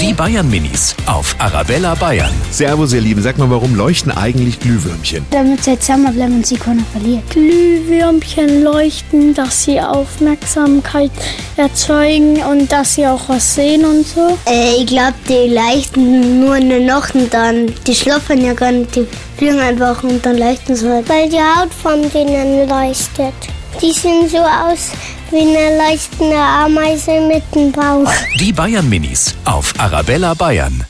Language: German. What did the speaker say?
Die Bayern Minis auf Arabella Bayern. Servus, ihr Lieben. Sag mal, warum leuchten eigentlich Glühwürmchen? damit sie zusammenbleiben und sie keiner verliert. Glühwürmchen leuchten, dass sie Aufmerksamkeit erzeugen und dass sie auch was sehen und so. Äh, ich glaube, die leichten nur in den Nachten dann. Die schlafen ja gar nicht, die fliegen einfach und dann leichten sie halt. Weil die Haut von denen leuchtet. Die sehen so aus wie eine leuchtende Ameise mit dem Bauch. Die Bayern Minis auf Arabella Bayern.